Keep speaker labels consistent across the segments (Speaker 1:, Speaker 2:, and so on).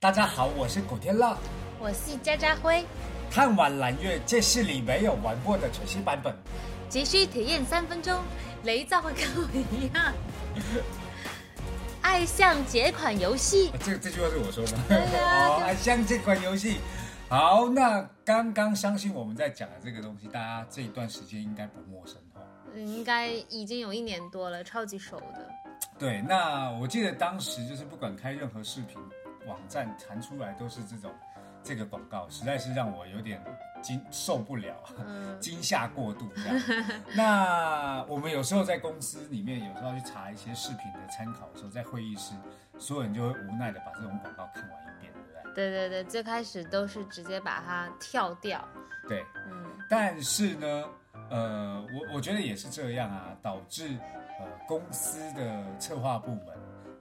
Speaker 1: 大家好，我是古天乐。
Speaker 2: 我是渣渣辉，
Speaker 1: 看完蓝月，这是你没有玩过的全新版本。
Speaker 2: 急需体验三分钟，雷造会跟我一样 爱上这款游戏。
Speaker 1: 啊这这句话是我说的。
Speaker 2: 对啊
Speaker 1: 哦，爱像这款游戏。好，那刚刚相信我们在讲的这个东西，大家这一段时间应该不陌生哦。
Speaker 2: 应该已经有一年多了，超级熟的。
Speaker 1: 对，那我记得当时就是不管开任何视频网站弹出来都是这种这个广告，实在是让我有点惊受不了。
Speaker 2: 嗯，
Speaker 1: 惊吓过度这 样。那我们有时候在公司里面，有时候去查一些视频的参考的时候，在会议室，所有人就会无奈的把这种广告看完一遍，对不
Speaker 2: 对对对，最开始都是直接把它跳掉。
Speaker 1: 对？对。
Speaker 2: 嗯，
Speaker 1: 但是呢，呃，我我觉得也是这样啊，导致呃公司的策划部门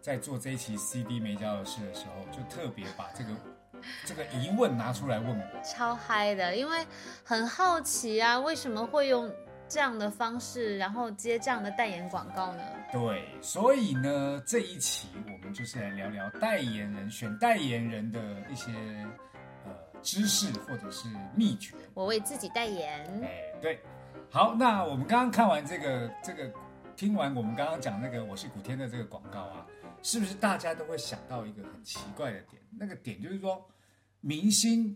Speaker 1: 在做这一期 CD 没交的事的时候，就特别把这个 这个疑问拿出来问我。
Speaker 2: 超嗨的，因为很好奇啊，为什么会用这样的方式，然后接这样的代言广告呢？
Speaker 1: 对，所以呢，这一期我们就是来聊聊代言人选代言人的一些呃知识或者是秘诀。
Speaker 2: 我为自己代言。
Speaker 1: 哎，对，好，那我们刚刚看完这个这个，听完我们刚刚讲那个我是古天的这个广告啊，是不是大家都会想到一个很奇怪的点？那个点就是说，明星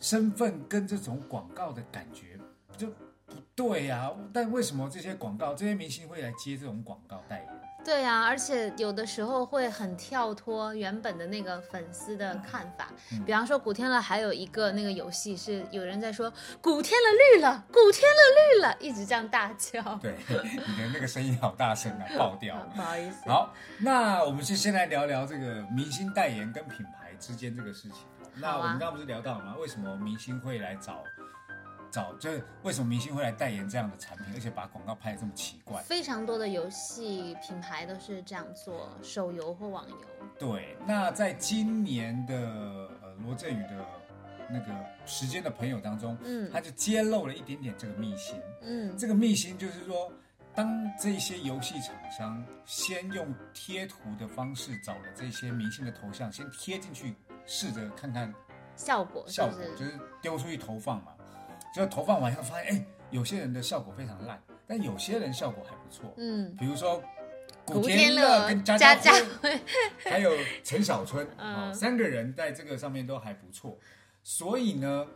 Speaker 1: 身份跟这种广告的感觉就不对呀、啊。但为什么这些广告这些明星会来接这种广告代言？
Speaker 2: 对啊，而且有的时候会很跳脱原本的那个粉丝的
Speaker 1: 嗯
Speaker 2: 看法。比方说古天乐还有一个那个游戏是有人在说古天乐绿了，古天乐绿了，一直这样大叫。
Speaker 1: 对，你的那个声音好大声啊，爆掉
Speaker 2: 啊。不好意思。
Speaker 1: 好，那我们就先来聊聊这个明星代言跟品牌之间这个事情。那
Speaker 2: 好啊
Speaker 1: 我们刚刚不是聊到了吗？为什么明星会来找找，就是为什么明星会来代言这样的产品，而且把广告拍的这么奇怪？
Speaker 2: 非常多的游戏品牌都是这样做，手游或网游。
Speaker 1: 对，那在今年的呃罗振宇的那个时间的朋友当中，
Speaker 2: 嗯
Speaker 1: 他就揭露了一点点这个秘辛。
Speaker 2: 嗯，
Speaker 1: 这个秘辛就是说，当这些游戏厂商先用贴图的方式找了这些明星的头像，先贴进去，试着看看
Speaker 2: 效果是
Speaker 1: 效
Speaker 2: 不
Speaker 1: 果，
Speaker 2: 是？
Speaker 1: 就是丢出去投放嘛。就投放完以后发现，哎，有些人的效果非常烂，但有些人效果还不错。
Speaker 2: 嗯，
Speaker 1: 比如说
Speaker 2: 古
Speaker 1: 呃古
Speaker 2: 天
Speaker 1: 天
Speaker 2: 乐
Speaker 1: 乐跟佳佳
Speaker 2: 佳
Speaker 1: 辉
Speaker 2: 佳辉
Speaker 1: 还有陈小春啊、
Speaker 2: 嗯
Speaker 1: 哦三个人在这个上面都还不错，所以呢，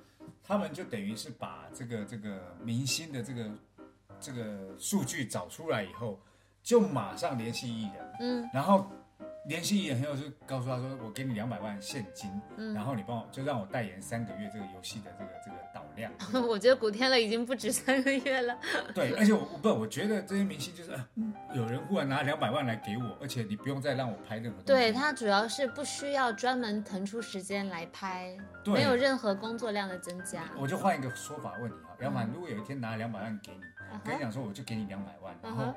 Speaker 1: 他们就等于是把这个这个明星的这个这个数据找出来以后，就马上联系艺人，
Speaker 2: 嗯
Speaker 1: 然后联系艺人以后就告诉他说，我给你两百万现金，然
Speaker 2: 嗯，
Speaker 1: 后你帮我就让我代言三个月这个游戏的这个这个导量，
Speaker 2: 我觉得古天乐已经不止三个月了。
Speaker 1: 对，而且我不，我觉得这些明星就是、啊嗯有人忽然拿两百万来给我，而且你不用再让我拍任何东西，
Speaker 2: 对，他主要是不需要专门腾出时间来拍，
Speaker 1: 对
Speaker 2: 没有任何工作量的增加。
Speaker 1: 我就换一个说法问你啊，杨凡，如果有一天拿两百万给你，
Speaker 2: 嗯
Speaker 1: 跟你
Speaker 2: 哼
Speaker 1: 讲说我就给你两百万，然
Speaker 2: 嗯
Speaker 1: 后
Speaker 2: 哼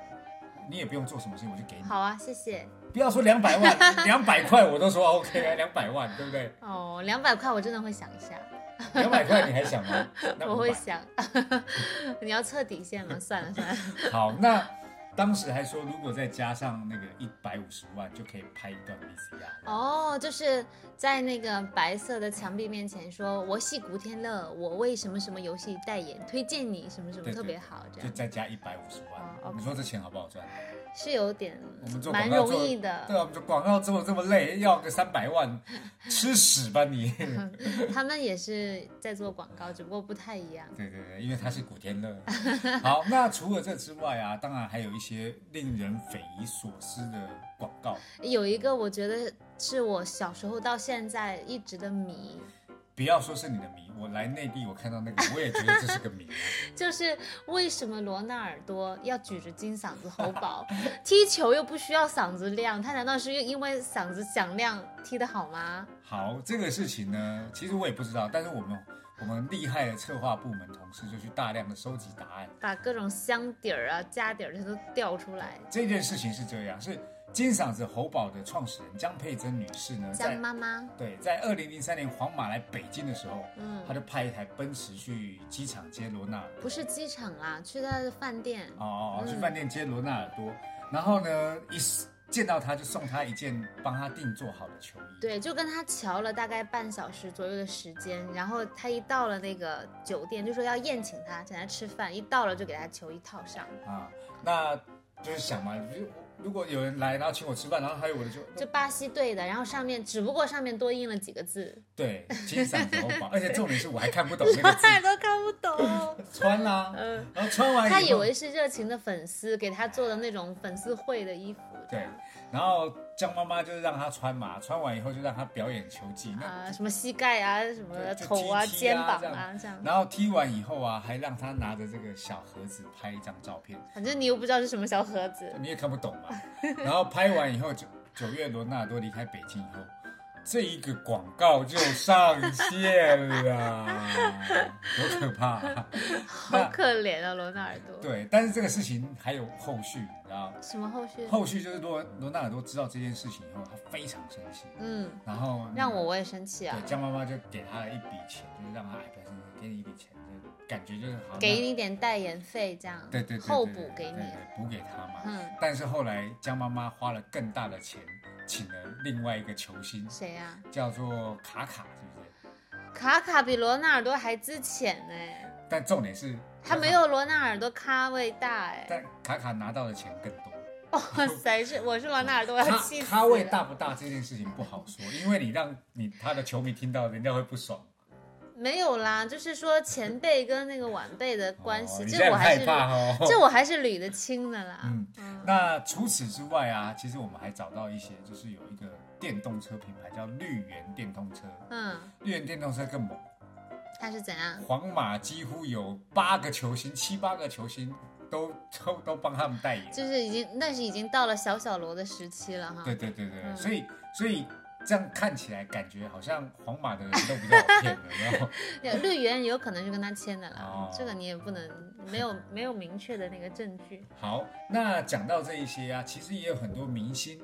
Speaker 1: 你也不用做什么事情，我就给你。
Speaker 2: 好啊，谢谢。
Speaker 1: 不要说两百万，两百块我都说 OK 啊，两百万对不对？
Speaker 2: 哦，两百块我真的会想一下，
Speaker 1: 两百块你还想吗？那
Speaker 2: 我
Speaker 1: 500
Speaker 2: 会想。你要测底线吗？算了算了，
Speaker 1: 好，那当时还说如果再加上那个一百五十万就可以拍一段 VCR。
Speaker 2: 哦，就是在那个白色的墙壁面前说，我系古天乐，我为什么什么游戏代言，推荐你什么什么
Speaker 1: 对对
Speaker 2: 特别好，这
Speaker 1: 就
Speaker 2: 样
Speaker 1: 再加一百五十
Speaker 2: 哦
Speaker 1: 万，
Speaker 2: ，OK
Speaker 1: 你说这钱好不好赚？
Speaker 2: 是有点
Speaker 1: 我们做
Speaker 2: 蛮
Speaker 1: 广告
Speaker 2: 容
Speaker 1: 做
Speaker 2: 易的。
Speaker 1: 对啊，我们做广告做的这么累，要个三百万，吃屎吧 你！
Speaker 2: 他们也是在做广告，只不过不太一样。
Speaker 1: 对对对，因为他是古天乐。好，那除了这之外啊，当然还有一些令人匪夷所思的广告。
Speaker 2: 有一个我觉得是我小时候到现在一直的谜，
Speaker 1: 不要说是你的谜，我来内地我看到那个，我也觉得这是个 谜啊。
Speaker 2: 就是为什么罗纳尔多要举着金嗓 子喉宝踢球又不需要嗓子亮？他难道是因为嗓子响亮踢得好吗？
Speaker 1: 好，这个事情呢，其实我也不知道，但是我们我们厉害的策划部门同事就去大量的收集答案。
Speaker 2: 把各种香底儿啊、家底儿它都调出来。
Speaker 1: 这件事情是这样，是金嗓子喉宝的创始人江佩珍女士呢，
Speaker 2: 江
Speaker 1: 在
Speaker 2: 妈妈，
Speaker 1: 对，在二零零三年皇马来北京的时候，
Speaker 2: 嗯
Speaker 1: 她就派一台奔驰去机场接罗纳尔多
Speaker 2: 不是机场啦，去他的饭店。
Speaker 1: 哦哦，哦，去
Speaker 2: 嗯
Speaker 1: 饭店接罗纳尔多，然后呢，一见到他就送他一件帮他定做好的球衣。
Speaker 2: 对，就跟他瞧了大概半小时左右的时间，然后他一到了那个酒店，就说要宴请他，请他吃饭，一到了就给他球衣套上，
Speaker 1: 啊，那就是想嘛，如如果有人来，然后请我吃饭，然后还有我的就
Speaker 2: 就巴西队的，然后上面只不过上面多印了几个字，
Speaker 1: 对，金嗓子欧 巴，而且重点是我还看不懂那个字
Speaker 2: 都看不 懂。
Speaker 1: 穿啦、
Speaker 2: 嗯
Speaker 1: 然后穿完以后
Speaker 2: 他以为是热情的粉丝给他做的那种粉丝会的衣服，
Speaker 1: 对，然后江妈妈就是让他穿嘛，穿完以后就让他表演球技，那
Speaker 2: 啊、什么膝盖啊，什
Speaker 1: 对
Speaker 2: 么
Speaker 1: 就
Speaker 2: 头啊、
Speaker 1: 踢踢
Speaker 2: 肩
Speaker 1: 啊
Speaker 2: 膀
Speaker 1: 这样
Speaker 2: 啊这样，
Speaker 1: 然后踢完以后啊，还让他拿着这个小盒子拍一张照片，
Speaker 2: 反正你又不知道是什么小盒子。
Speaker 1: 你也看不懂嘛。 然后拍完以后，九九月罗纳尔多离开北京以后，这一个广告就上线了， 多可怕、啊！
Speaker 2: 好可怜啊，罗纳尔多。
Speaker 1: 对，但是这个事情还有后续，你知道吗？
Speaker 2: 什么后续？
Speaker 1: 后续就是罗罗纳尔多知道这件事情以后，他非常生气，
Speaker 2: 嗯，
Speaker 1: 然后那
Speaker 2: 让
Speaker 1: 个
Speaker 2: 我我也生气啊
Speaker 1: 对，江妈妈就给他了一笔钱，就是让他哎，不要生气，给你一笔钱，就感觉就是好像
Speaker 2: 给你点代言费这样，
Speaker 1: 对对对对
Speaker 2: 后补给
Speaker 1: 对
Speaker 2: 你
Speaker 1: 对。对补给他嘛。
Speaker 2: 嗯，
Speaker 1: 但是后来江妈妈花了更大的钱，请了另外一个球星，
Speaker 2: 谁呀、
Speaker 1: 叫做卡卡，是不是？
Speaker 2: 卡卡比罗纳尔多还之前呢、
Speaker 1: 但重点是
Speaker 2: 他没，有罗纳尔多咖位大哎、
Speaker 1: 但卡卡拿到的钱更多。
Speaker 2: 哇塞，是我是罗纳尔多，我要
Speaker 1: 他
Speaker 2: 啊气死了
Speaker 1: 咖位大不大这件事情不好说，因为你让你他的球迷听到，人家会不爽。
Speaker 2: 没有啦，就是说前辈跟那个晚辈的关系，
Speaker 1: 哦你现
Speaker 2: 这
Speaker 1: 在
Speaker 2: 我
Speaker 1: 很
Speaker 2: 还
Speaker 1: 害
Speaker 2: 是
Speaker 1: 怕哦。
Speaker 2: 这我还是捋得清的啦。
Speaker 1: 嗯，那除此之外啊，其实我们还找到一些，就是有一个电动车品牌叫绿源电动车，
Speaker 2: 嗯，
Speaker 1: 绿源电动车更猛，
Speaker 2: 他是怎样？
Speaker 1: 皇马几乎有八个球星，七八个球星都都都帮他们代言。
Speaker 2: 就是已经那是已经到了小小罗的时期了哈。
Speaker 1: 对对对对，
Speaker 2: 嗯
Speaker 1: 所以所以这样看起来，感觉好像皇马的人都比较好骗，有没有？
Speaker 2: 对，绿源有可能是跟他签的啦，
Speaker 1: 哦
Speaker 2: 这个你也不能 没有没有明确的那个证据。
Speaker 1: 好，那讲到这一些啊，其实也有很多明星，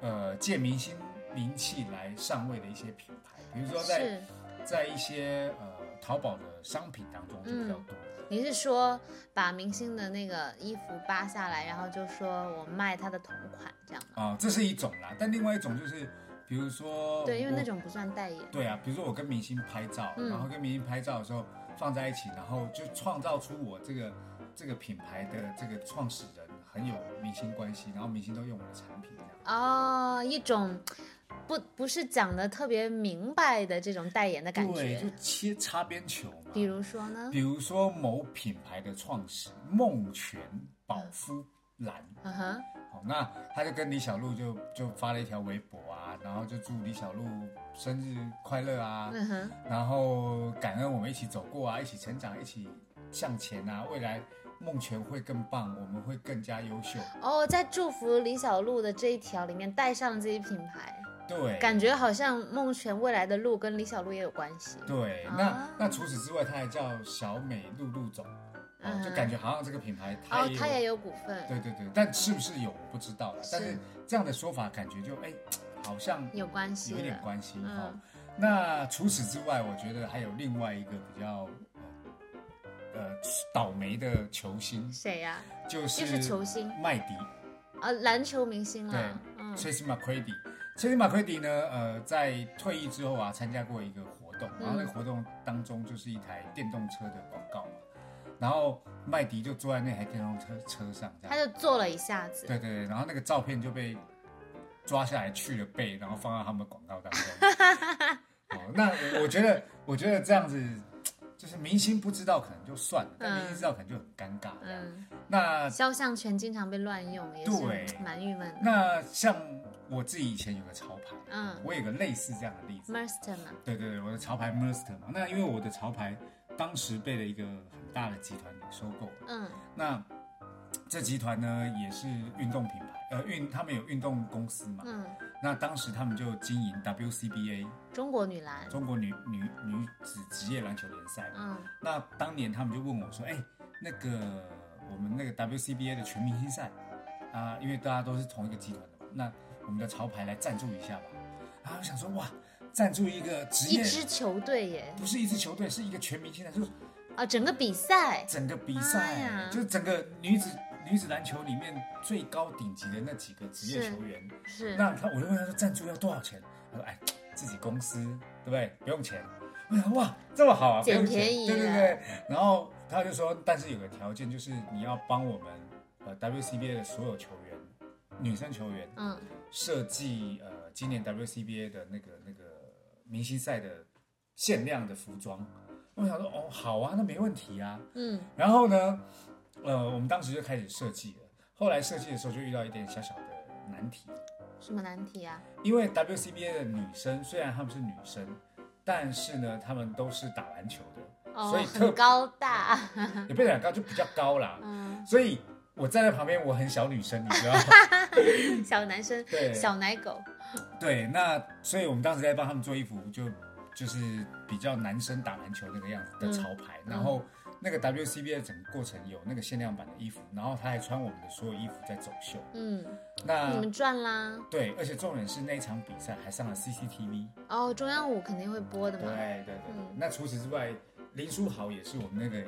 Speaker 1: 呃，借明星名气来上位的一些品牌，比如说在
Speaker 2: 是，
Speaker 1: 在一些呃淘宝的商品当中就比较
Speaker 2: 嗯
Speaker 1: 多。
Speaker 2: 你是说把明星的那个衣服扒下来，然后就说我卖他的同款这样吗？
Speaker 1: 啊、这是一种啦。但另外一种就是，比如说
Speaker 2: 对，因为
Speaker 1: 我
Speaker 2: 那种不算代言。
Speaker 1: 对啊，比如说我跟明星拍照，
Speaker 2: 嗯
Speaker 1: 然后跟明星拍照的时候放在一起，然后就创造出我这个这个品牌的这个创始人很有明星关系，然后明星都用我的产品这样。
Speaker 2: 哦，一种不不是讲的特别明白的这种代言的感
Speaker 1: 对，就
Speaker 2: 觉。
Speaker 1: 切擦边球嘛。
Speaker 2: 比如说呢？
Speaker 1: 比如说某品牌的创始梦泉宝夫兰，
Speaker 2: 嗯哼，
Speaker 1: 好，那他就跟李小璐就就发了一条微博啊，然后就祝李小璐生日快乐啊，
Speaker 2: 嗯哼，
Speaker 1: 然后感恩我们一起走过啊，一起成长，一起向前啊，未来梦泉会更棒，我们会更加优秀。
Speaker 2: 哦，在祝福李小璐的这一条里面带上了自己品牌，
Speaker 1: 对，
Speaker 2: 感觉好像梦泉未来的路跟李小璐也有关系。
Speaker 1: 对，
Speaker 2: 啊
Speaker 1: 那、那除此之外，他还叫小美露露总，哦，
Speaker 2: 嗯
Speaker 1: 就感觉好像这个品牌他
Speaker 2: 哦
Speaker 1: 也，有
Speaker 2: 他也有股份，
Speaker 1: 对对对，但是不是有我不知道了。
Speaker 2: 是
Speaker 1: 但是这样的说法感觉就哎，好像
Speaker 2: 有关系
Speaker 1: 有一点
Speaker 2: 的。
Speaker 1: 关系哈、
Speaker 2: 嗯
Speaker 1: 哦。那除此之外，我觉得还有另外一个比较呃呃倒霉的球星，
Speaker 2: 谁呀、
Speaker 1: 就是
Speaker 2: 又是球星
Speaker 1: 麦迪
Speaker 2: 啊，篮球明星
Speaker 1: 对
Speaker 2: 啦。嗯
Speaker 1: Tracy McGrady。Tracy McGrady 呢，呃，在退役之后啊，参加过一个活动，
Speaker 2: 嗯
Speaker 1: 然后那个活动当中就是一台电动车的广告嘛，然后麦迪就坐在那台电动车车上，这样
Speaker 2: 他就做了一下子，
Speaker 1: 对对对，然后那个照片就被抓下来去了背，然后 放到他们的广告当中。哦，那我觉得，我觉得这样子就是明星不知道可能就算了，但
Speaker 2: 嗯
Speaker 1: 明星知道可能就很尴尬。
Speaker 2: 嗯，
Speaker 1: 那
Speaker 2: 肖像权经常被乱用，也是
Speaker 1: 对
Speaker 2: 蛮郁闷的。
Speaker 1: 那像我自己以前有个潮牌，
Speaker 2: 嗯
Speaker 1: 我有个类似这样的例子。
Speaker 2: ，Merster 嘛，
Speaker 1: 对对对，我的潮牌 Merster 嘛，那因为我的潮牌当时被了一个很大的集团给收购了，
Speaker 2: 嗯
Speaker 1: 那这集团呢也是运动品牌，呃运他们有运动公司嘛，
Speaker 2: 嗯，
Speaker 1: 那当时他们就经营 WCBA
Speaker 2: 中国女篮，
Speaker 1: 中国女女女子职业篮球联赛嘛，
Speaker 2: 嗯
Speaker 1: 那当年他们就问我说，哎，那个我们那个 WCBA 的全明星赛啊、因为大家都是同一个集团的嘛，那我们的潮牌来赞助一下吧，然后我想说哇，赞助一个职
Speaker 2: 一
Speaker 1: 业。
Speaker 2: 支球队耶，
Speaker 1: 不是一支球队，是一个全明星的，就是
Speaker 2: 啊，整个比赛，
Speaker 1: 整个比
Speaker 2: 妈
Speaker 1: 赛
Speaker 2: 哎呀，
Speaker 1: 就是整个女子女子篮球里面最高顶级的那几个职业
Speaker 2: 是
Speaker 1: 球员。
Speaker 2: 是，
Speaker 1: 那他我就问他说赞助要多少钱？他说哎，自己公司对不对？不用钱。我想哇，这么好啊，不
Speaker 2: 捡
Speaker 1: 用钱
Speaker 2: 便宜
Speaker 1: 对对
Speaker 2: 啊
Speaker 1: 对。然后他就说，但是有个条件，就是你要帮我们呃 WCBA 的所有球员，女生球员
Speaker 2: 嗯
Speaker 1: 设计呃今年 WCBA 的那个那个明星赛的限量的服装。我想说哦，好啊，那没问题啊。
Speaker 2: 嗯
Speaker 1: 然后呢，呃，我们当时就开始设计了。后来设计的时候就遇到一点小小的难题，
Speaker 2: 什么难题啊？
Speaker 1: 因为 WCBA 的女生虽然她们是女生，但是呢，她们都是打篮球的，
Speaker 2: 哦
Speaker 1: 所以，特
Speaker 2: 很高大，
Speaker 1: 也不讲高，就比较高啦。
Speaker 2: 嗯，
Speaker 1: 所以我站在旁边，我很小女生，你知道吗？
Speaker 2: 小男生，
Speaker 1: 对
Speaker 2: 小奶狗，
Speaker 1: 对，那所以我们当时在帮他们做衣服，就就是比较男生打篮球那个样子的
Speaker 2: 嗯
Speaker 1: 潮牌，然后那个 WCBA 的整个过程有那个限量版的衣服，然后他还穿我们的所有衣服在走秀。
Speaker 2: 嗯，
Speaker 1: 那
Speaker 2: 你们赚啦。
Speaker 1: 对，而且重点是那一场比赛还上了 CCTV。
Speaker 2: 哦，中央五肯定会播的
Speaker 1: 对
Speaker 2: 嘛。
Speaker 1: 对对。
Speaker 2: 嗯
Speaker 1: 那除此之外，林书豪也是我们那个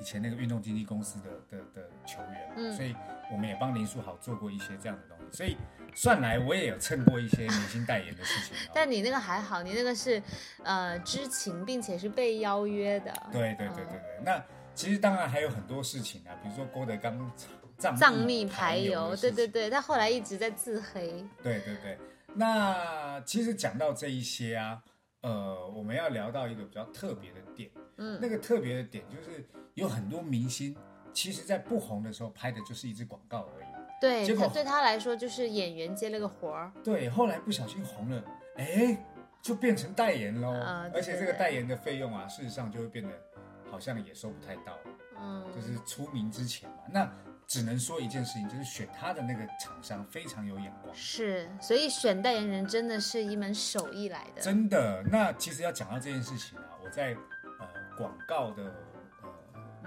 Speaker 1: 以前那个运动经纪公司的的的球员嘛，
Speaker 2: 嗯
Speaker 1: 所以我们也帮林书豪做过一些这样的东西。所以算来我也有蹭过一些明星代言的事情、哦。
Speaker 2: 但你那个还好，你那个是，呃，知情并且是被邀约的。
Speaker 1: 对
Speaker 2: 嗯
Speaker 1: 对对对对。那其实当然还有很多事情啊，比如说郭德纲藏
Speaker 2: 藏匿
Speaker 1: 排
Speaker 2: 排油，
Speaker 1: 的
Speaker 2: 对
Speaker 1: 事
Speaker 2: 对
Speaker 1: 情
Speaker 2: 对，他后来一直在自黑。
Speaker 1: 对对对。那其实讲到这一些啊，呃，我们要聊到一个比较特别的点。
Speaker 2: 嗯
Speaker 1: 那个特别的点就是有很多明星，其实在不红的时候拍的就是一支广告而已。
Speaker 2: 对
Speaker 1: 结果
Speaker 2: 他对他来说就是演员接了个活儿，
Speaker 1: 对，后来不小心红了，哎，就变成代言喽。
Speaker 2: 啊对
Speaker 1: 而且这个
Speaker 2: 对对
Speaker 1: 代言的费用啊，事实上就会变得好像也收不太到，
Speaker 2: 嗯，
Speaker 1: 就是出名之前嘛。那只能说一件事情，就是选他的那个厂商非常有眼光。
Speaker 2: 是，所以选代言人真的是一门手艺来的。
Speaker 1: 真的，那其实要讲到这件事情啊，我在呃广告的呃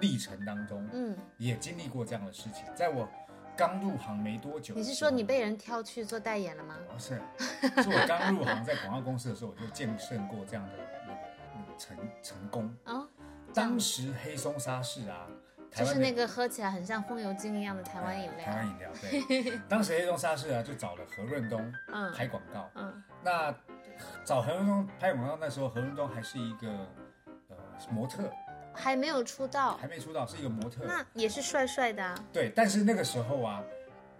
Speaker 1: 历程当中，
Speaker 2: 嗯，
Speaker 1: 也经历过这样的事情。在我刚入行没多久，
Speaker 2: 你是说你？被人挑去做代言了吗？
Speaker 1: 不哦是，是我刚入行在广告公司的时候，我就见证过这样的那个那个成成功。
Speaker 2: 哦，
Speaker 1: 当时黑松沙士啊，台
Speaker 2: 就
Speaker 1: 湾
Speaker 2: 是
Speaker 1: 的
Speaker 2: 那个喝起来很像风油精一样的台湾饮
Speaker 1: 台湾饮
Speaker 2: 料。
Speaker 1: 料对。当时黑松沙士啊，就找了何润东
Speaker 2: 嗯
Speaker 1: 拍广告。
Speaker 2: 嗯
Speaker 1: 那找何润东拍广告那时候，何润东还是一个呃模特，
Speaker 2: 还没有出道
Speaker 1: 还，没出道，是一个模特。
Speaker 2: 那也是帅帅的啊。
Speaker 1: 对，但是那个时候啊，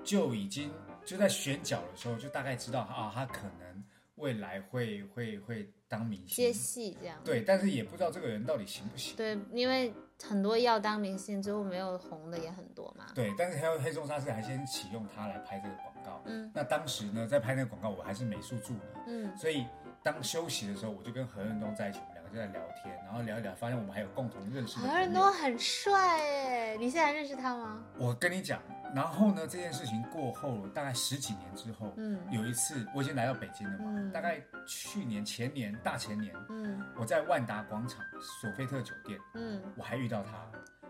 Speaker 1: 就已经就在选角的时候，就大概知道啊，他可能未来会会会当明星。
Speaker 2: 接戏这样。
Speaker 1: 对，但是也不知道这个人到底行不行。
Speaker 2: 对，因为很多要当明星，最后没有红的也很多嘛。
Speaker 1: 对，但是还有黑松沙士还先启用他来拍这个广告。
Speaker 2: 嗯
Speaker 1: 那当时呢，在拍那个广告，我还是美术助理，
Speaker 2: 嗯
Speaker 1: 所以当休息的时候，我就跟何润东在一起，我们两个就在聊天，然后聊一聊，发现我们还有共同认识的
Speaker 2: 何
Speaker 1: 朋
Speaker 2: 润
Speaker 1: 友
Speaker 2: 东。很帅哎，你现在认识他吗？
Speaker 1: 我跟你讲，然后呢，这件事情过后，大概十几年之后，
Speaker 2: 嗯
Speaker 1: 有一次，我已经来到北京了嘛，
Speaker 2: 嗯
Speaker 1: 大概去年、前年、大前年，
Speaker 2: 嗯
Speaker 1: 我在万达广场索菲特酒店，
Speaker 2: 嗯，
Speaker 1: 我还遇到他，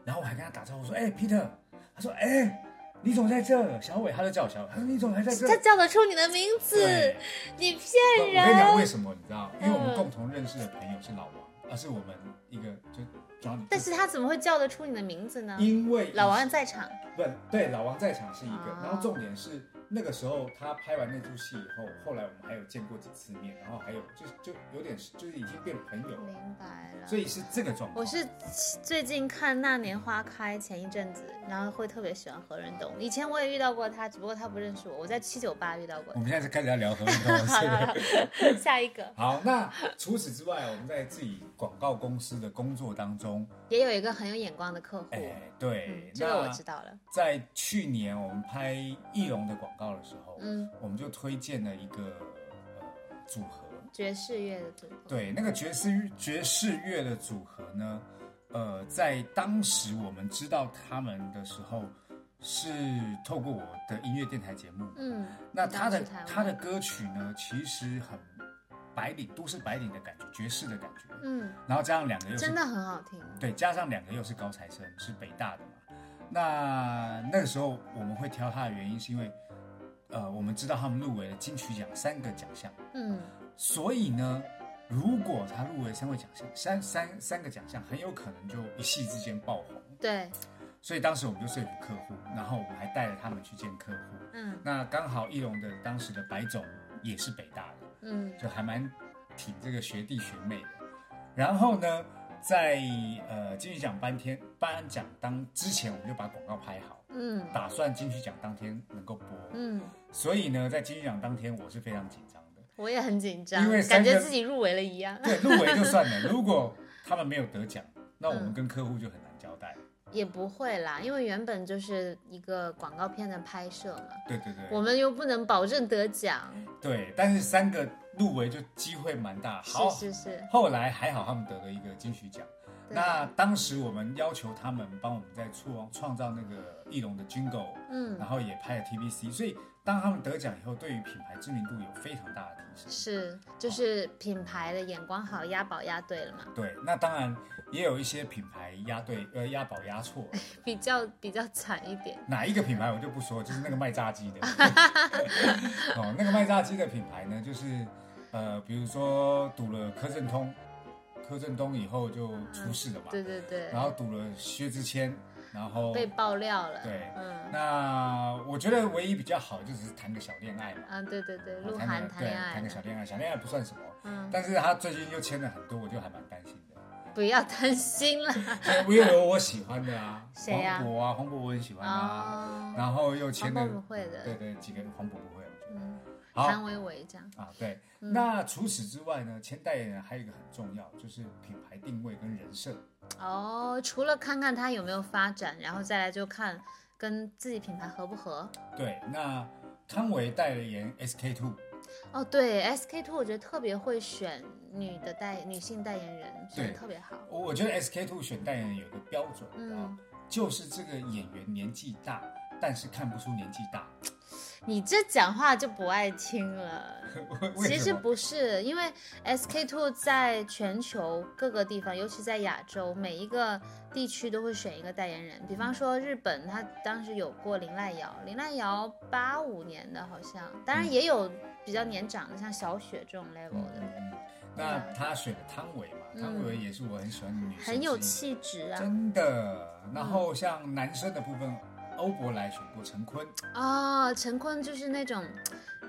Speaker 1: 然后我还跟他打招呼说：“哎、p e t e r 他说：“哎、你怎么在这？”小伟，他就叫我小伟，他说：“你怎么还在这
Speaker 2: 他叫得出你的名字
Speaker 1: 对，
Speaker 2: 你
Speaker 1: 不？”我
Speaker 2: 骗
Speaker 1: 跟你讲为
Speaker 2: 人。
Speaker 1: 什么，你知道？因为我们
Speaker 2: 嗯
Speaker 1: 共同认识的朋友是老王，而、是我们一个就 Johnny，
Speaker 2: 但是他怎么会叫得出你的名字呢？
Speaker 1: 因为
Speaker 2: 老王在场，
Speaker 1: 不对，老王在场是一个，
Speaker 2: 啊
Speaker 1: 然后重点是那个时候他拍完那出戏以后，后来我们还有见过几次面，然后还有就就有点是就是已经变朋友了，
Speaker 2: 明白了。
Speaker 1: 所以是这个状况。
Speaker 2: 啊我是最近看《那年花开》前一阵子，然后会特别喜欢何润东。以前我也遇到过他，只不过他不认识我。我在七九八遇到过
Speaker 1: 我。们现在是开始要聊合同了
Speaker 2: 好
Speaker 1: 哦是
Speaker 2: 了，好
Speaker 1: 吧
Speaker 2: 了 下一个
Speaker 1: 好，那除此之外，我们在自己广告公司的工作当中，
Speaker 2: 也有一个很有眼光的客户，
Speaker 1: 哎，对，
Speaker 2: 哦嗯，
Speaker 1: 那
Speaker 2: 这个我知道了。
Speaker 1: 在去年我们拍翼龙的广告的时候，
Speaker 2: 嗯，
Speaker 1: 我们就推荐了一个呃组合，
Speaker 2: 爵士乐的组合，
Speaker 1: 对，那个爵士爵士乐的组合呢，呃，在当时我们知道他们的时候，是透过我的音乐电台节目。
Speaker 2: 嗯，
Speaker 1: 那他的
Speaker 2: 当时台湾
Speaker 1: 他的歌曲呢，其实很白领都市白领的感觉，爵士的感觉，
Speaker 2: 嗯，
Speaker 1: 然后加上两个又是
Speaker 2: 真的很好听。
Speaker 1: 对，加上两个又是高材生，是北大的嘛。那那个时候我们会挑他的原因，是因为，呃，我们知道他们入围了金曲奖三个奖项，
Speaker 2: 嗯，
Speaker 1: 所以呢，如果他入围三个奖项，三三三个奖项，很有可能就一夕之间爆红。
Speaker 2: 对，
Speaker 1: 所以当时我们就说服客户，然后我们还带着他们去见客户。
Speaker 2: 嗯
Speaker 1: 那刚好翼龙的当时的白总也是北大的，
Speaker 2: 嗯
Speaker 1: 就还蛮挺这个学弟学妹的。然后呢，在呃金曲奖颁天颁奖当之前，我们就把广告拍好，
Speaker 2: 嗯
Speaker 1: 打算金曲奖当天能够播。
Speaker 2: 嗯，
Speaker 1: 所以呢，在金曲奖当天，我是非常紧张的。
Speaker 2: 我也很紧张
Speaker 1: 因为，
Speaker 2: 感
Speaker 1: 三个
Speaker 2: 觉自己入围了一样，
Speaker 1: 对，入围就算 了，如果他们没有得奖，那我
Speaker 2: 嗯
Speaker 1: 们跟客户就很难交代。
Speaker 2: 也不会啦，因为原本就是一个广告片的拍摄嘛，
Speaker 1: 对对
Speaker 2: 我
Speaker 1: 对，
Speaker 2: 们又不能保证得奖，
Speaker 1: 对，但是三个入围就机会蛮大。好，
Speaker 2: 是是是，
Speaker 1: 后来还好他们得了一个金曲奖。
Speaker 2: 对
Speaker 1: 那当时我们要求他们帮我们在创创造那个翼龙的 Jingle，
Speaker 2: 嗯
Speaker 1: 然后也拍了 TVC，所以当他们得奖以后，对于品牌知名度有非常大的提升。
Speaker 2: 是，就是品牌的眼光好，押宝押对了嘛，
Speaker 1: 对，那当然也有一些品牌押对呃押宝押 错，
Speaker 2: 比较比较惨一点，
Speaker 1: 哪一个品牌我就不说，就是那个卖炸鸡 的。哦，那个卖炸鸡的品牌呢，就是呃，比如说赌了柯震东，柯震东以后就出事了嘛，
Speaker 2: 对对对，
Speaker 1: 然后赌了薛之谦，然后
Speaker 2: 被爆料了，
Speaker 1: 对
Speaker 2: 嗯
Speaker 1: 那我觉得唯一比较好就只是谈个小恋爱嘛，
Speaker 2: 啊对对对，
Speaker 1: 哦
Speaker 2: 鹿
Speaker 1: 谈
Speaker 2: 晗
Speaker 1: 个
Speaker 2: 谈
Speaker 1: 对
Speaker 2: 恋爱
Speaker 1: 谈个小
Speaker 2: 了，
Speaker 1: 恋爱，小恋爱不算什么，
Speaker 2: 嗯，
Speaker 1: 但是他最近又签了很多，我就还蛮担心的。
Speaker 2: 不要担心了，
Speaker 1: 因为有我喜欢的啊，
Speaker 2: 谁呀
Speaker 1: 黄渤啊，黄渤我很喜欢啊，
Speaker 2: 哦，
Speaker 1: 然后又
Speaker 2: 他
Speaker 1: 签
Speaker 2: 们不
Speaker 1: 了，
Speaker 2: 会
Speaker 1: 对
Speaker 2: 的，
Speaker 1: 对，几个黄渤不会，我觉得
Speaker 2: 嗯，
Speaker 1: 好
Speaker 2: 谭维维这样，
Speaker 1: 啊，对。
Speaker 2: 嗯
Speaker 1: 那除此之外呢，签代言人还有一个很重要，就是品牌定位跟人设。
Speaker 2: 哦，除了看看它有没有发展，然后再来就看跟自己品牌合不合。
Speaker 1: 对，那康维代言 SK two，
Speaker 2: 哦，对，SK two 我觉得特别会选女的代女性代言人，选的
Speaker 1: 对
Speaker 2: 特别好。
Speaker 1: 我我觉得 SK two 选代言人有一个标准啊，
Speaker 2: 嗯
Speaker 1: 就是这个演员年纪大，但是看不出年纪大。
Speaker 2: 你这讲话就不爱听了。
Speaker 1: 为
Speaker 2: 其
Speaker 1: 为什
Speaker 2: 实
Speaker 1: 么？
Speaker 2: 不是，因为 SK two 在全球各个地方，尤其在亚洲，每一个地区都会选一个代言人。比方说日本，它当时有过林濑遥，林濑遥八五年的好像，当然
Speaker 1: 嗯
Speaker 2: 也有比较年长的，像小雪这种 level
Speaker 1: 嗯
Speaker 2: 的。
Speaker 1: 嗯嗯。那他选的汤唯嘛，汤唯也是我很喜欢的女生，
Speaker 2: 嗯很有，气质啊！嗯
Speaker 1: 真的。然后像男生的部分，欧珀莱选过陈坤，
Speaker 2: 哦，陈坤就是那种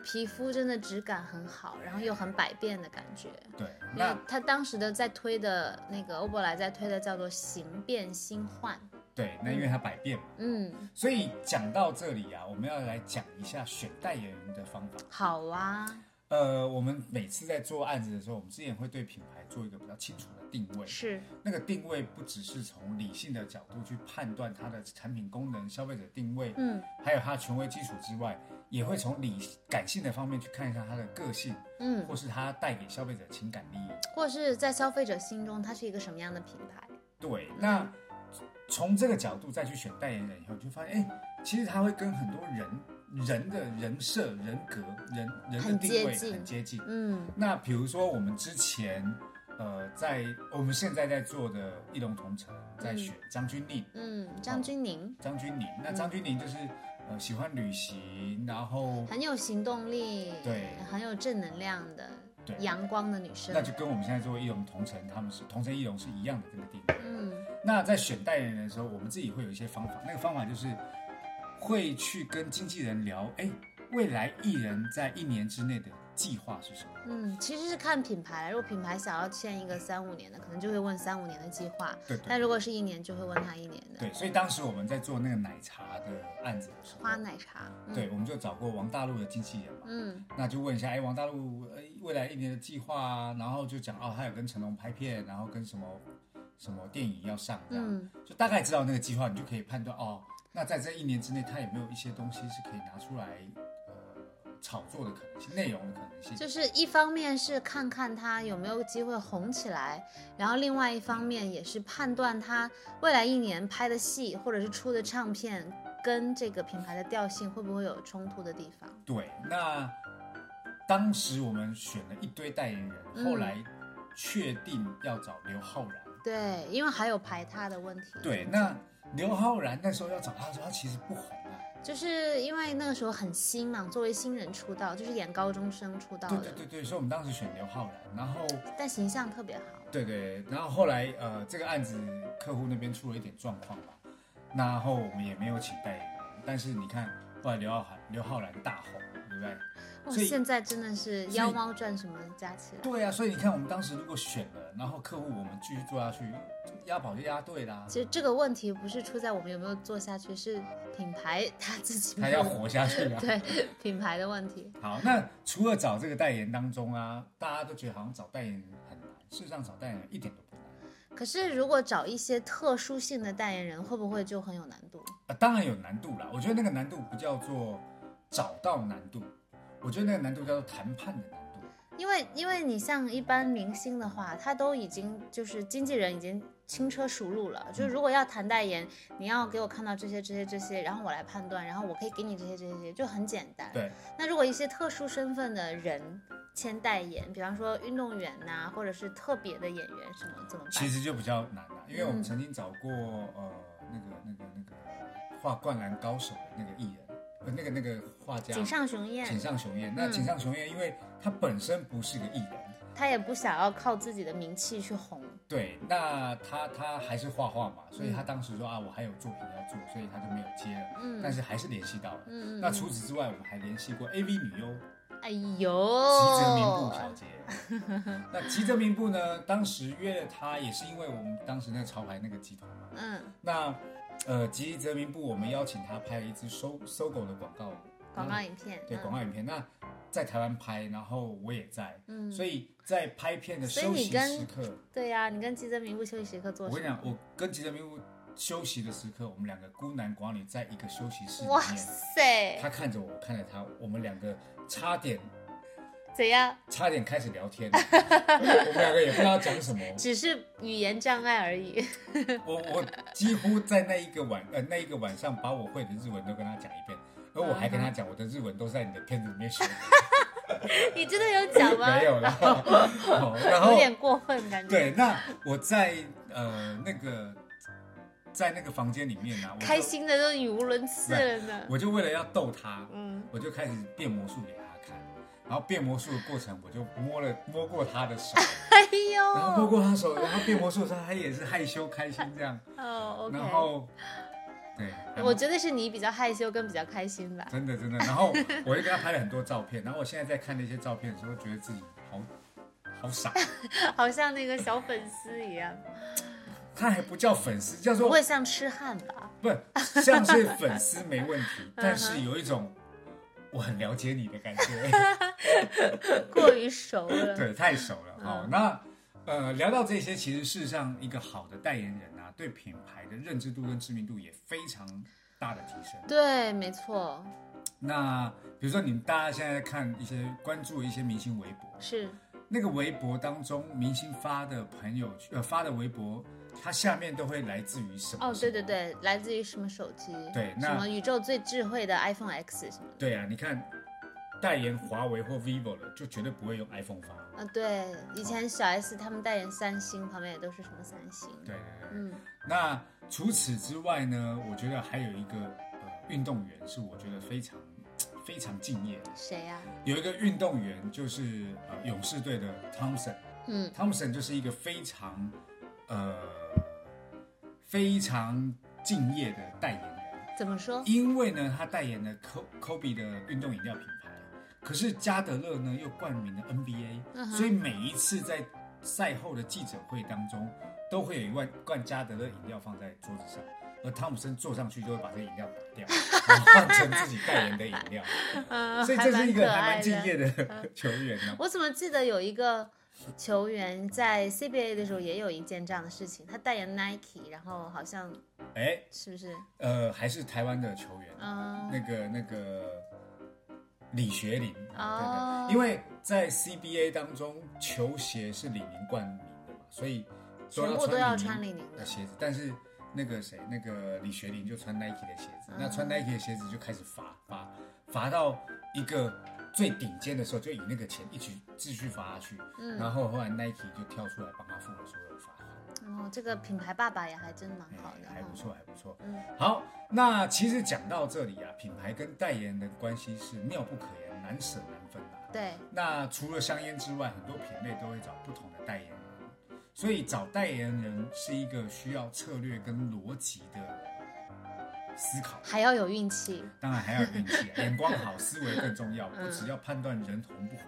Speaker 2: 皮肤真的质感很好，然后又很百变的感觉。
Speaker 1: 对，
Speaker 2: 因
Speaker 1: 那
Speaker 2: 为他当时的在推的那个欧珀莱在推的叫做“形变心换
Speaker 1: 对，那因为他百变嘛。”。
Speaker 2: 嗯，
Speaker 1: 所以讲到这里啊，我们要来讲一下选代言人的方法。
Speaker 2: 好啊，
Speaker 1: 呃，我们每次在做案子的时候，我们之前会对品牌做一个比较清楚的定位。
Speaker 2: 是，
Speaker 1: 那个定位不只是从理性的角度去判断它的产品功能、消费者定位，
Speaker 2: 嗯
Speaker 1: 还有它的权威基础之外，也会从理感性的方面去看一下它的个性，
Speaker 2: 嗯，
Speaker 1: 或是它带给消费者情感利益。
Speaker 2: 或是在消费者心中它是一个什么样的品牌？
Speaker 1: 对，那从这个角度再去选代言人以后，你就发现，哎，其实他会跟很多人人的人设、人格、人人的
Speaker 2: 很接
Speaker 1: 定位
Speaker 2: 近
Speaker 1: 很接近。
Speaker 2: 嗯
Speaker 1: 那比如说我们之前，呃，在我们现在在做的《一龙同城》，在
Speaker 2: 嗯
Speaker 1: 选张钧甯、
Speaker 2: 嗯，张钧甯
Speaker 1: 张钧甯。
Speaker 2: 嗯
Speaker 1: 那张钧甯就是呃喜欢旅行，然后
Speaker 2: 很有行动力，
Speaker 1: 对
Speaker 2: 很有正能量的
Speaker 1: 对
Speaker 2: 阳光的女生
Speaker 1: 那。就跟我们现在做《一龙同城》，他们是同城一龙是一样的这个定位。
Speaker 2: 嗯
Speaker 1: 那在选代言人的时候，我们自己会有一些方法，那个方法就是会去跟经纪人聊，哎，未来艺人在一年之内的计划是什么？
Speaker 2: 嗯，其实是看品牌，如果品牌想要签一个三五年的，可能就会问三五年的计划；
Speaker 1: 对对
Speaker 2: 但如果是一年，就会问他一年的
Speaker 1: 对，所以当时我们在做那个奶茶的案子的时候，
Speaker 2: 花奶茶。嗯、
Speaker 1: 对，我们就找过王大陆的经纪人嘛，
Speaker 2: 嗯，
Speaker 1: 那就问一下，哎，王大陆呃未来一年的计划啊，然后就讲哦，他有跟成龙拍片，然后跟什么什么电影要上这样，
Speaker 2: 嗯
Speaker 1: 就大概知道那个计划，你就可以判断哦，那在这一年之内，他有没有一些东西是可以拿出来呃炒作的可能性，内容的可能性，
Speaker 2: 就是一方面是看看他有没有机会红起来，然后另外一方面也是判断他未来一年拍的戏或者是出的唱片跟这个品牌的调性会不会有冲突的地方。
Speaker 1: 对，那当时我们选了一堆代言人，
Speaker 2: 嗯
Speaker 1: 后来确定要找刘昊然。
Speaker 2: 对，因为还有排他的问题。
Speaker 1: 对，那刘昊然那时候要找他的时候，他其实不红啊。
Speaker 2: 就是因为那个时候很新嘛，作为新人出道，就是演高中生出道
Speaker 1: 对
Speaker 2: 的，
Speaker 1: 对对对，所以我们当时选刘昊然，然后
Speaker 2: 但形象特别好。
Speaker 1: 对对，然后后来呃这个案子客户那边出了一点状况嘛，然后我们也没有请代言人，但是你看后来刘昊然刘昊然大红，对不对？
Speaker 2: 哇，
Speaker 1: 所以
Speaker 2: 现在真的是
Speaker 1: 所以
Speaker 2: 妖猫传什么加起来，
Speaker 1: 对啊，所以你看我们当时如果选了，然后客户我们继续做下去，押宝就押对啦，
Speaker 2: 其实这个问题不是出在我们有没有做下去，是品牌他自己
Speaker 1: 他
Speaker 2: 没
Speaker 1: 要
Speaker 2: 有
Speaker 1: 活下去 啊。
Speaker 2: 对品牌的问题。
Speaker 1: 好，那除了找这个代言当中啊，大家都觉得好像找代言人很难，事实上找代言人一点都不难。
Speaker 2: 可是如果找一些特殊性的代言人，会不会就很有难度？
Speaker 1: 啊，当然有难度啦。我觉得那个难度不叫做找到难度，我觉得那个难度叫做谈判的难度。
Speaker 2: 因为因为你像一般明星的话，他都已经就是经纪人已经轻车熟路了，就是如果要谈代言，你要给我看到这些这些这些，然后我来判断，然后我可以给你这些这些这些，就很简单。
Speaker 1: 对，
Speaker 2: 那如果一些特殊身份的人签代言，比方说运动员呐、或者是特别的演员什么，怎么
Speaker 1: 其
Speaker 2: 办？
Speaker 1: 实就比较难啦，因为我们
Speaker 2: 嗯
Speaker 1: 曾经找过呃那个那个那个画《灌篮高手》的那个艺人，呃那个那个画家
Speaker 2: 井上雄彦
Speaker 1: 井上雄彦。那
Speaker 2: 嗯
Speaker 1: 井上雄彦，因为他本身不是个艺人，
Speaker 2: 他也不想要靠自己的名气去红，
Speaker 1: 对，那他他还是画画嘛，所以
Speaker 2: 嗯
Speaker 1: 他当时说啊，我还有作品要做，所以他就没有接了。
Speaker 2: 嗯
Speaker 1: 但是还是联系到了。
Speaker 2: 嗯嗯
Speaker 1: 那除此之外，我们还联系过 AV 女优
Speaker 2: 哎
Speaker 1: 吉泽明步小
Speaker 2: 呦，
Speaker 1: 姐。 那吉泽明步呢？当时约了她，也是因为我们当时那个潮牌那个集团嘛。
Speaker 2: 嗯，
Speaker 1: 那呃，吉泽明步，我们邀请她拍了一支搜搜狗的广告，
Speaker 2: 广告影片，
Speaker 1: 对
Speaker 2: 嗯
Speaker 1: 广告影片。那在台湾拍，然后我也在，
Speaker 2: 嗯
Speaker 1: 所以在拍片的
Speaker 2: 所以
Speaker 1: 休
Speaker 2: 你
Speaker 1: 息
Speaker 2: 跟
Speaker 1: 时刻，
Speaker 2: 对呀、你跟吉泽明步休息时刻做
Speaker 1: 我
Speaker 2: 什
Speaker 1: 跟你
Speaker 2: 么
Speaker 1: 讲，？我跟吉泽明步休息的时刻，我们两个孤男寡女在一个休息室里
Speaker 2: 哇
Speaker 1: 面，
Speaker 2: 塞，
Speaker 1: 她看着我，我看着她，我们两个差点
Speaker 2: 怎样？
Speaker 1: 差点开始聊 天，我们两个也不知道讲什么。
Speaker 2: 只是语言障碍而 已。
Speaker 1: 我我几乎在那一个晚呃那一个晚上把我会的日文都跟他讲一遍，而我还跟他讲我的日文都是在你的片子里面学的，
Speaker 2: 你真的有讲吗？
Speaker 1: 没有 啦。哦然
Speaker 2: 有
Speaker 1: 后
Speaker 2: 点过分感觉。
Speaker 1: 对，，那我在呃那个在那个房间里面呢、啊我就
Speaker 2: 开，心的都语无伦次了呢。
Speaker 1: 我就为了要逗他，
Speaker 2: 嗯，
Speaker 1: 我就开始变魔术给他看，然后变魔术的过程我就摸了摸过他的手，
Speaker 2: 哎
Speaker 1: 然后摸
Speaker 2: 呦，
Speaker 1: 过他手，然后变魔术的时候他也是害羞开心这样。
Speaker 2: 哦
Speaker 1: 然
Speaker 2: ，OK。
Speaker 1: 后，嗯对，还
Speaker 2: 我
Speaker 1: 蛮
Speaker 2: 觉得是你比较害羞跟比较开心吧。
Speaker 1: 真的真的，然后我就给他拍了很多照片，然后我现在在看那些照片的时候，觉得自己好好傻，
Speaker 2: 好像那个小粉丝一样，
Speaker 1: 他还不叫粉丝，叫
Speaker 2: 不
Speaker 1: 做
Speaker 2: 会像痴汉吧？
Speaker 1: 不像是粉丝没问题，但是有一种我很了解你的感 觉，
Speaker 2: 过于熟了。
Speaker 1: 对，太熟了。
Speaker 2: 嗯
Speaker 1: 好，那呃，聊到这些，其实事实上一个好的代言人啊，对品牌的认知度跟知名度也非常大的提升。
Speaker 2: 对，没错，
Speaker 1: 那比如说，你们大家现在看一些关注一些明星微博，
Speaker 2: 是
Speaker 1: 那个微博当中，明星发的朋友圈呃发的微博，它下面都会来自于什么？
Speaker 2: 哦，对对
Speaker 1: 什么
Speaker 2: 对，来自于什么手机？
Speaker 1: 对那
Speaker 2: 什么宇宙最智慧的 iPhone X 什么的？
Speaker 1: 对啊！你看，代言华为或 vivo 的，就绝对不会用 iPhone 发。
Speaker 2: 啊，对，以前小 S 他们代言三星，旁边也都是什么三星。
Speaker 1: 对对对。
Speaker 2: 嗯，
Speaker 1: 那除此之外呢？我觉得还有一个呃运动员是我觉得非常非常敬业的，
Speaker 2: 谁啊呀、
Speaker 1: 有一个运动员就是呃勇士队的 Thompson。
Speaker 2: 嗯，
Speaker 1: Thompson 就是一个非常呃非常敬业的代言人。
Speaker 2: 怎 么说？
Speaker 1: 因为呢，他代言了 Co- Kobe 的运动饮料品牌，可是加德勒呢又冠名了 NBA，、
Speaker 2: 嗯哼
Speaker 1: 所以每一次在赛后的记者会当中，都会有一罐罐加德勒饮料放在桌子上，而汤姆森坐上去就会把这饮料打 掉，然后换成自己代言的饮料，
Speaker 2: 嗯，
Speaker 1: 所以
Speaker 2: 还
Speaker 1: 这
Speaker 2: 蛮
Speaker 1: 是一
Speaker 2: 可
Speaker 1: 个还蛮
Speaker 2: 爱
Speaker 1: 敬
Speaker 2: 的。
Speaker 1: 业的球员呢、
Speaker 2: 我怎么记得有一个球员在 CBA 的时候也有一件这样的事情，他代言 Nike，然后好像
Speaker 1: 哎，
Speaker 2: 是不是？
Speaker 1: 呃，还是台湾的球员，
Speaker 2: 嗯、
Speaker 1: 那个那个李学林
Speaker 2: 哦
Speaker 1: 啊，对对，因为在 CBA 当中，球鞋是李宁冠名的嘛，所以都
Speaker 2: 全部都要
Speaker 1: 要
Speaker 2: 穿
Speaker 1: 穿
Speaker 2: 李宁的
Speaker 1: 的鞋子，但是。那个谁，那个李学林就穿 Nike 的鞋子，那
Speaker 2: 嗯
Speaker 1: 穿 Nike 的鞋子就开始罚罚罚到一个最顶尖的时候，就以那个钱一起继续罚下去，
Speaker 2: 嗯
Speaker 1: 然后后来 Nike 就跳出来帮他付了所有的罚款。
Speaker 2: 哦，这个品牌爸爸也还真蛮好
Speaker 1: 哎
Speaker 2: 的，
Speaker 1: 还不错，还不错。
Speaker 2: 嗯
Speaker 1: 好，那其实讲到这里啊，品牌跟代言的关系是妙不可言，难舍难分啊。
Speaker 2: 哦对，
Speaker 1: 那除了香烟之外，很多品类都会找不同的代言人，所以找代言人是一个需要策略跟逻辑的思考。
Speaker 2: 还要有运气。
Speaker 1: 当然还要有运气，啊眼光好，思维更重要。不只要判断人红不红，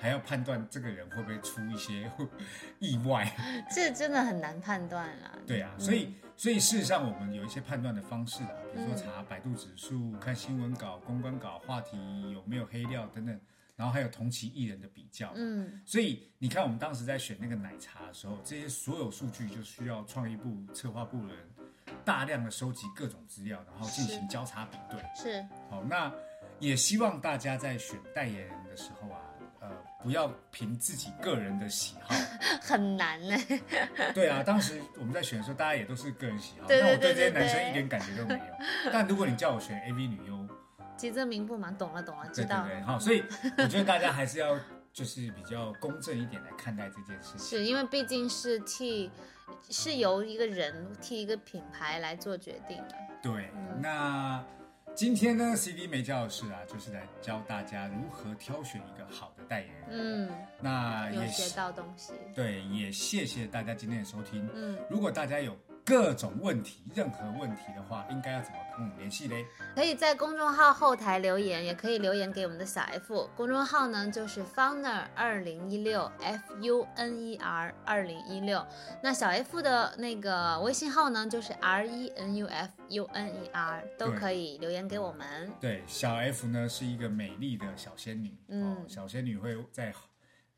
Speaker 1: 还要判断这个人会不会出一些 意外。
Speaker 2: 这真的很难判断啦。
Speaker 1: 对啊，所以所以事实上，我们有一些判断的方式啊，比如说查百度指数、看新闻稿、公关稿、话题有没有黑料等等，然后还有同期艺人的比较。
Speaker 2: 嗯，
Speaker 1: 所以你看，我们当时在选那个奶茶的时候，这些所有数据就需要创意部、策划部的人大量的收集各种资料，然后进行交叉比对。
Speaker 2: 是
Speaker 1: 好，那也希望大家在选代言人的时候啊，呃，不要凭自己个人的喜好
Speaker 2: 很难呢。
Speaker 1: 对啊，当时我们在选的时候，大家也都是个人喜好，
Speaker 2: 对
Speaker 1: 那我对
Speaker 2: 对对
Speaker 1: 这些
Speaker 2: 对
Speaker 1: 男
Speaker 2: 对
Speaker 1: 生一点感觉都没 有。但如果你叫我选 AV 女优，
Speaker 2: 吉泽明步嘛，懂了懂了，知
Speaker 1: 对对
Speaker 2: 道
Speaker 1: 对，
Speaker 2: 了。
Speaker 1: 好，所以我觉得大家还是要就是比较公正一点来看待这件事情。
Speaker 2: 是因为毕竟是替，是由一个人替一个品牌来做决定的。
Speaker 1: 对，
Speaker 2: 嗯
Speaker 1: 那今天呢，CD 没教的事啊，就是来教大家如何挑选一个好的代言人。
Speaker 2: 嗯，
Speaker 1: 那
Speaker 2: 有
Speaker 1: 啊也
Speaker 2: 学
Speaker 1: 是
Speaker 2: 到东西。
Speaker 1: 对，也谢谢大家今天的收听。
Speaker 2: 嗯，
Speaker 1: 如果大家有各种问题，任何问题的话，应该要怎么跟我们联系嘞？
Speaker 2: 可以在公众号后台留言，也可以留言给我们的小 F。公众号呢就是 Funer 二零一六 F U N E R 二零一六。那小 F 的那个微信号呢就是 R E N U F U N E R，都
Speaker 1: 对
Speaker 2: 可以留言给我们。
Speaker 1: 对，小 F 呢是一个美丽的小仙女，
Speaker 2: 嗯
Speaker 1: 哦，小仙女会在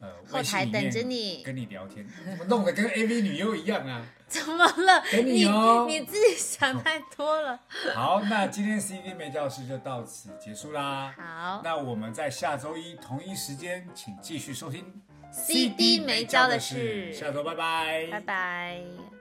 Speaker 1: 呃
Speaker 2: 后台等着你
Speaker 1: 跟你聊天，怎么弄得跟 AV 女优一样 啊？
Speaker 2: 怎么了？
Speaker 1: 给你
Speaker 2: 你
Speaker 1: 哦
Speaker 2: 你自己想太多了。
Speaker 1: 好，那今天 CD 美教室就到此结束啦。
Speaker 2: 好
Speaker 1: 那我们在下周一同一时间，请继续收听
Speaker 2: CD 没教的事
Speaker 1: 下周拜拜，
Speaker 2: 拜拜。